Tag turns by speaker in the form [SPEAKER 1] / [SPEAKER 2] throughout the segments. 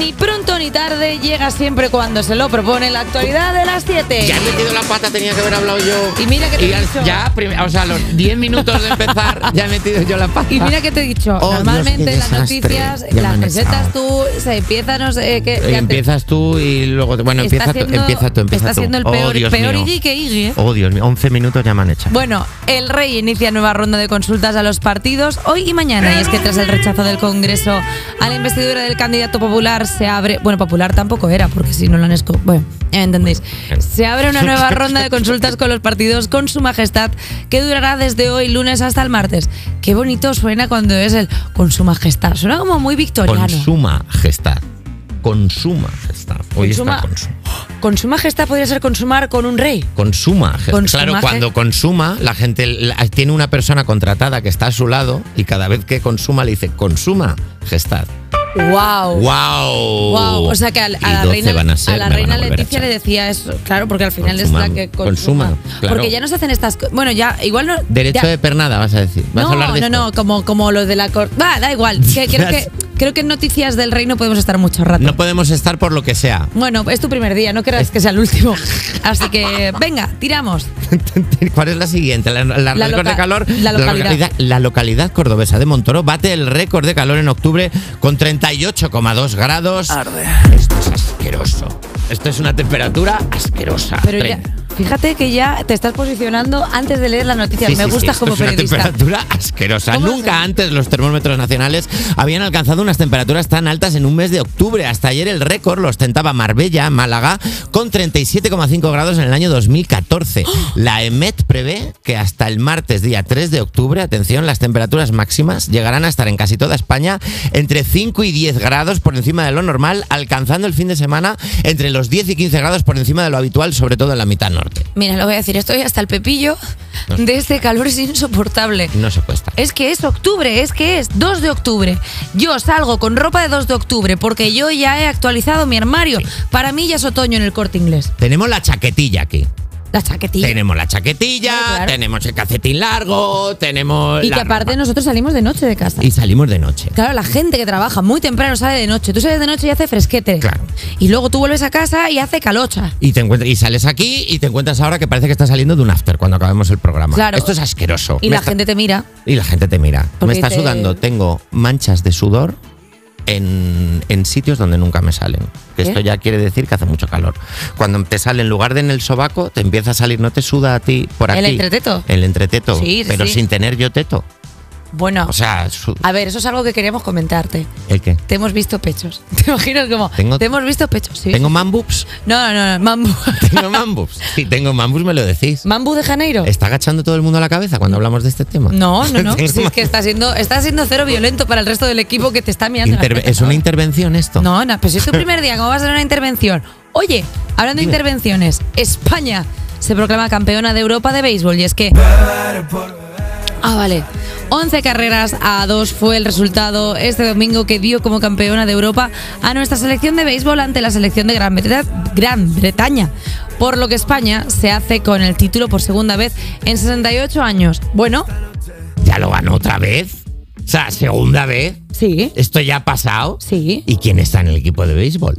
[SPEAKER 1] Ni pronto ni tarde llega siempre cuando se lo propone la actualidad de las 7.
[SPEAKER 2] Ya he metido la pata, tenía que haber hablado yo.
[SPEAKER 1] Y mira que te
[SPEAKER 2] Y
[SPEAKER 1] he
[SPEAKER 2] al-
[SPEAKER 1] dicho.
[SPEAKER 2] ya, prim- o sea, los 10 minutos de empezar, ya he metido yo la pata.
[SPEAKER 1] Y mira que te he dicho,
[SPEAKER 2] Oh, Dios,
[SPEAKER 1] normalmente
[SPEAKER 2] qué
[SPEAKER 1] las
[SPEAKER 2] desastre.
[SPEAKER 1] noticias las
[SPEAKER 2] Ya me han
[SPEAKER 1] presentas
[SPEAKER 2] estado.
[SPEAKER 1] tú, se empieza, no sé qué.
[SPEAKER 2] Eh, empiezas tú y luego. te- Bueno, empieza, tú, empieza tú, empieza
[SPEAKER 1] Está
[SPEAKER 2] tú.
[SPEAKER 1] siendo el
[SPEAKER 2] Oh,
[SPEAKER 1] peor,
[SPEAKER 2] Dios
[SPEAKER 1] peor
[SPEAKER 2] mío.
[SPEAKER 1] Iggy que Iggy, ¿eh?
[SPEAKER 2] Oh, Dios mío, 11 minutos ya me han hecho.
[SPEAKER 1] Bueno, el rey inicia nueva ronda de consultas a los partidos hoy y mañana. Y es que tras el rechazo del Congreso a la investidura del candidato popular se abre. Bueno, popular tampoco era, porque si no lo han esco. Bueno, ya entendéis. Se abre una nueva ronda de consultas con los partidos con su majestad que durará desde hoy lunes hasta el martes. Qué bonito suena cuando es el con su majestad. Suena como muy victoriano.
[SPEAKER 2] Consuma gestar. Consuma gestar. Hoy
[SPEAKER 1] Consuma-
[SPEAKER 2] está consuma.
[SPEAKER 1] con su majestad podría ser consumar con un rey.
[SPEAKER 2] Consuma gestar.
[SPEAKER 1] Consuma
[SPEAKER 2] claro,
[SPEAKER 1] ge-
[SPEAKER 2] cuando consuma, la gente la- tiene una persona contratada que está a su lado y cada vez que consuma le dice consuma gestar.
[SPEAKER 1] ¡Wow!
[SPEAKER 2] ¡Wow!
[SPEAKER 1] Wow, o sea que al-
[SPEAKER 2] Y
[SPEAKER 1] a la
[SPEAKER 2] 12
[SPEAKER 1] reina,
[SPEAKER 2] van a ser,
[SPEAKER 1] a la
[SPEAKER 2] me van
[SPEAKER 1] reina
[SPEAKER 2] a volver a
[SPEAKER 1] Leticia le
[SPEAKER 2] echar.
[SPEAKER 1] decía eso, claro, porque al final
[SPEAKER 2] Consuma,
[SPEAKER 1] es la que consuma.
[SPEAKER 2] consuma, claro.
[SPEAKER 1] Porque ya no se hacen estas, co- bueno, ya igual no
[SPEAKER 2] Derecho
[SPEAKER 1] ya-
[SPEAKER 2] de pernada, vas a decir. Vas
[SPEAKER 1] no,
[SPEAKER 2] a hablar de
[SPEAKER 1] no,
[SPEAKER 2] esto?
[SPEAKER 1] no, como como los de la corte. Va, da igual. que creo que creo que en noticias del reino podemos estar mucho rato.
[SPEAKER 2] No podemos estar por lo que sea.
[SPEAKER 1] Bueno, es tu primer día, no creas que sea el último. Así que venga, tiramos.
[SPEAKER 2] ¿Cuál es la siguiente? La, la- récord
[SPEAKER 1] loca-
[SPEAKER 2] de calor.
[SPEAKER 1] la localidad.
[SPEAKER 2] la localidad cordobesa de Montoro bate el récord de calor en octubre con 38,2 grados. Esto es asqueroso. Esto es una temperatura asquerosa.
[SPEAKER 1] Pero ya,
[SPEAKER 2] Trein-
[SPEAKER 1] fíjate que ya te estás posicionando antes de leer las noticias.
[SPEAKER 2] Sí,
[SPEAKER 1] Me
[SPEAKER 2] sí, sí,
[SPEAKER 1] gustas
[SPEAKER 2] esto
[SPEAKER 1] como
[SPEAKER 2] es una
[SPEAKER 1] periodista.
[SPEAKER 2] temperatura asquerosa.
[SPEAKER 1] ¿Cómo lo
[SPEAKER 2] Nunca
[SPEAKER 1] hacemos?
[SPEAKER 2] antes los termómetros nacionales habían alcanzado unas temperaturas tan altas en un mes de octubre. Hasta ayer el récord lo ostentaba Marbella, Málaga, con 37,5 grados en el año 2014.
[SPEAKER 1] ¡Ah!
[SPEAKER 2] La EMET prevé que hasta el martes, día 3 de octubre, atención, las temperaturas máximas llegarán a estar en casi toda España entre 5 y 10 grados por encima de lo normal, alcanzando el fin de semana entre los 10 y 15 grados por encima de lo habitual, sobre todo en la mitad norte.
[SPEAKER 1] Mira, lo voy a decir, estoy hasta el pepillo de este calor es insoportable.
[SPEAKER 2] No se puede estar.
[SPEAKER 1] Es que es octubre, es que es 2 de octubre. Yo salgo con ropa de 2 de octubre porque yo ya he actualizado mi armario. Para mí ya es otoño en el corte inglés.
[SPEAKER 2] Tenemos la chaquetilla aquí.
[SPEAKER 1] La chaquetilla.
[SPEAKER 2] Tenemos la chaquetilla,
[SPEAKER 1] Hombre, claro.
[SPEAKER 2] tenemos el calcetín largo, tenemos.
[SPEAKER 1] y
[SPEAKER 2] la
[SPEAKER 1] que aparte
[SPEAKER 2] ropa.
[SPEAKER 1] nosotros salimos de noche de casa.
[SPEAKER 2] Y salimos de noche.
[SPEAKER 1] Claro, la gente que trabaja muy temprano sale de noche. Tú sales de noche y hace fresquete.
[SPEAKER 2] Claro.
[SPEAKER 1] Y luego tú vuelves a casa y hace calocha.
[SPEAKER 2] Y, te encuentras, y sales aquí y te encuentras ahora que parece que estás saliendo de un after cuando acabemos el programa.
[SPEAKER 1] Claro.
[SPEAKER 2] Esto es asqueroso.
[SPEAKER 1] Y
[SPEAKER 2] Me
[SPEAKER 1] la
[SPEAKER 2] está-
[SPEAKER 1] gente te mira.
[SPEAKER 2] y la gente te mira.
[SPEAKER 1] Porque
[SPEAKER 2] me está
[SPEAKER 1] te-
[SPEAKER 2] sudando. Tengo manchas de sudor en, en sitios donde nunca me salen. Que
[SPEAKER 1] ¿Qué?
[SPEAKER 2] esto ya quiere decir que hace mucho calor. Cuando te sale, en lugar de en el sobaco, te empieza a salir, no te suda a ti por
[SPEAKER 1] ¿El
[SPEAKER 2] aquí.
[SPEAKER 1] entreteto?
[SPEAKER 2] El entreteto.
[SPEAKER 1] Sí, sí,
[SPEAKER 2] pero
[SPEAKER 1] sí.
[SPEAKER 2] sin tener yo teto.
[SPEAKER 1] Bueno,
[SPEAKER 2] O sea, su-
[SPEAKER 1] a ver, eso es algo que queríamos comentarte.
[SPEAKER 2] ¿el qué?
[SPEAKER 1] Te hemos visto pechos. ¿Te imaginas como?
[SPEAKER 2] Tengo-
[SPEAKER 1] te hemos visto pechos, sí.
[SPEAKER 2] ¿Tengo man boobs?
[SPEAKER 1] No, no, no, mambu.
[SPEAKER 2] Tengo mambus. Si tengo mambus, me lo decís.
[SPEAKER 1] ¿Mambu de Janeiro?
[SPEAKER 2] ¿Está agachando todo el mundo la cabeza cuando hablamos de este tema?
[SPEAKER 1] No, no, no.
[SPEAKER 2] Tengo
[SPEAKER 1] Si es que
[SPEAKER 2] mambus.
[SPEAKER 1] está siendo, está siendo cero violento para el resto del equipo que te está mirando. las
[SPEAKER 2] Interve-
[SPEAKER 1] tetas
[SPEAKER 2] ¿Es una
[SPEAKER 1] ahora.
[SPEAKER 2] intervención esto?
[SPEAKER 1] No, no, pero si es tu primer día, ¿cómo vas a hacer una intervención? Oye, hablando de intervenciones, España se proclama campeona de Europa de béisbol y es que. Ah, vale. 11 carreras a 2 fue el resultado este domingo que dio como campeona de Europa a nuestra selección de béisbol ante la selección de Gran, Breta- Gran Bretaña. Por lo que España se hace con el título por segunda vez en 68 años. Bueno,
[SPEAKER 2] ¿Ya lo ganó otra vez? O sea, segunda vez.
[SPEAKER 1] sí.
[SPEAKER 2] ¿Esto ya ha pasado?
[SPEAKER 1] Sí.
[SPEAKER 2] ¿Y quién está en el equipo de béisbol?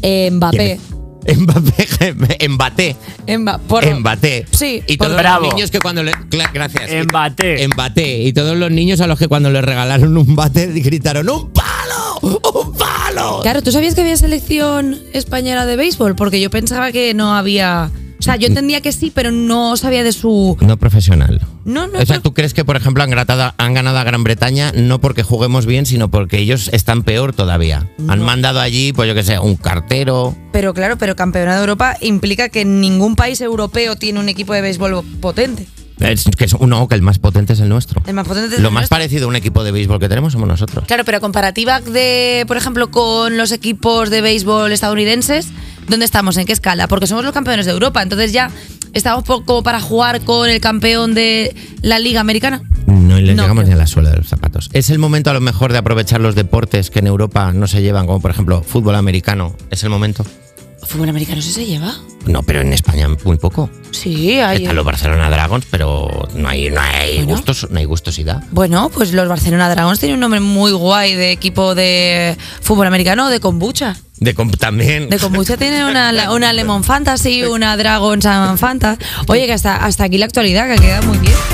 [SPEAKER 1] Eh, Mbappé.
[SPEAKER 2] Mbappé. Mbappé.
[SPEAKER 1] Emba- por-
[SPEAKER 2] Embate.
[SPEAKER 1] Sí,
[SPEAKER 2] Y
[SPEAKER 1] por-
[SPEAKER 2] todos
[SPEAKER 3] Bravo.
[SPEAKER 2] los niños que cuando le. cla- Gracias.
[SPEAKER 3] Embate.
[SPEAKER 2] Embate. Y todos los niños a los que cuando les regalaron un bate gritaron: ¡Un palo! ¡Un palo!
[SPEAKER 1] Claro, ¿tú sabías que había selección española de béisbol? Porque yo pensaba que no había. O sea, yo entendía que sí, pero no sabía de su.
[SPEAKER 2] No profesional.
[SPEAKER 1] No, no,
[SPEAKER 2] O sea,
[SPEAKER 1] no.
[SPEAKER 2] ¿tú crees que, por ejemplo, han, gratado- han ganado a Gran Bretaña no porque juguemos bien, sino porque ellos están peor todavía? Han mandado allí, pues yo qué sé, un cartero.
[SPEAKER 1] Pero claro, pero campeonato de Europa implica que ningún país europeo tiene un equipo de béisbol potente.
[SPEAKER 2] Es que es uno que el más potente es el nuestro.
[SPEAKER 1] El más potente es
[SPEAKER 2] Lo
[SPEAKER 1] el
[SPEAKER 2] más
[SPEAKER 1] nuestro.
[SPEAKER 2] parecido a un equipo de béisbol que tenemos somos nosotros.
[SPEAKER 1] Claro, pero comparativa de, por ejemplo, con los equipos de béisbol estadounidenses, ¿dónde estamos? ¿En qué escala? Porque somos los campeones de Europa, entonces ya estamos po- como para jugar con el campeón de la Liga Americana.
[SPEAKER 2] No le
[SPEAKER 1] No,
[SPEAKER 2] llegamos
[SPEAKER 1] creo.
[SPEAKER 2] ni a la suela de los zapatos. Es el momento a lo mejor de aprovechar los deportes que en Europa no se llevan, como por ejemplo fútbol americano. Es el momento.
[SPEAKER 1] ¿Fútbol americano sí se lleva?
[SPEAKER 2] No, pero en España muy poco.
[SPEAKER 1] Sí, hay. eh.
[SPEAKER 2] Están los Barcelona Dragons, pero no hay, no hay
[SPEAKER 1] Bueno.
[SPEAKER 2] gustos, no hay gustosidad.
[SPEAKER 1] Bueno, pues los Barcelona Dragons tienen un nombre muy guay de equipo de fútbol americano, de kombucha.
[SPEAKER 2] De comp- también.
[SPEAKER 1] De kombucha tienen una, una Lemon Fantasy, una Dragon Salmon Fantasy. Oye, que hasta, hasta aquí la actualidad, que queda muy bien.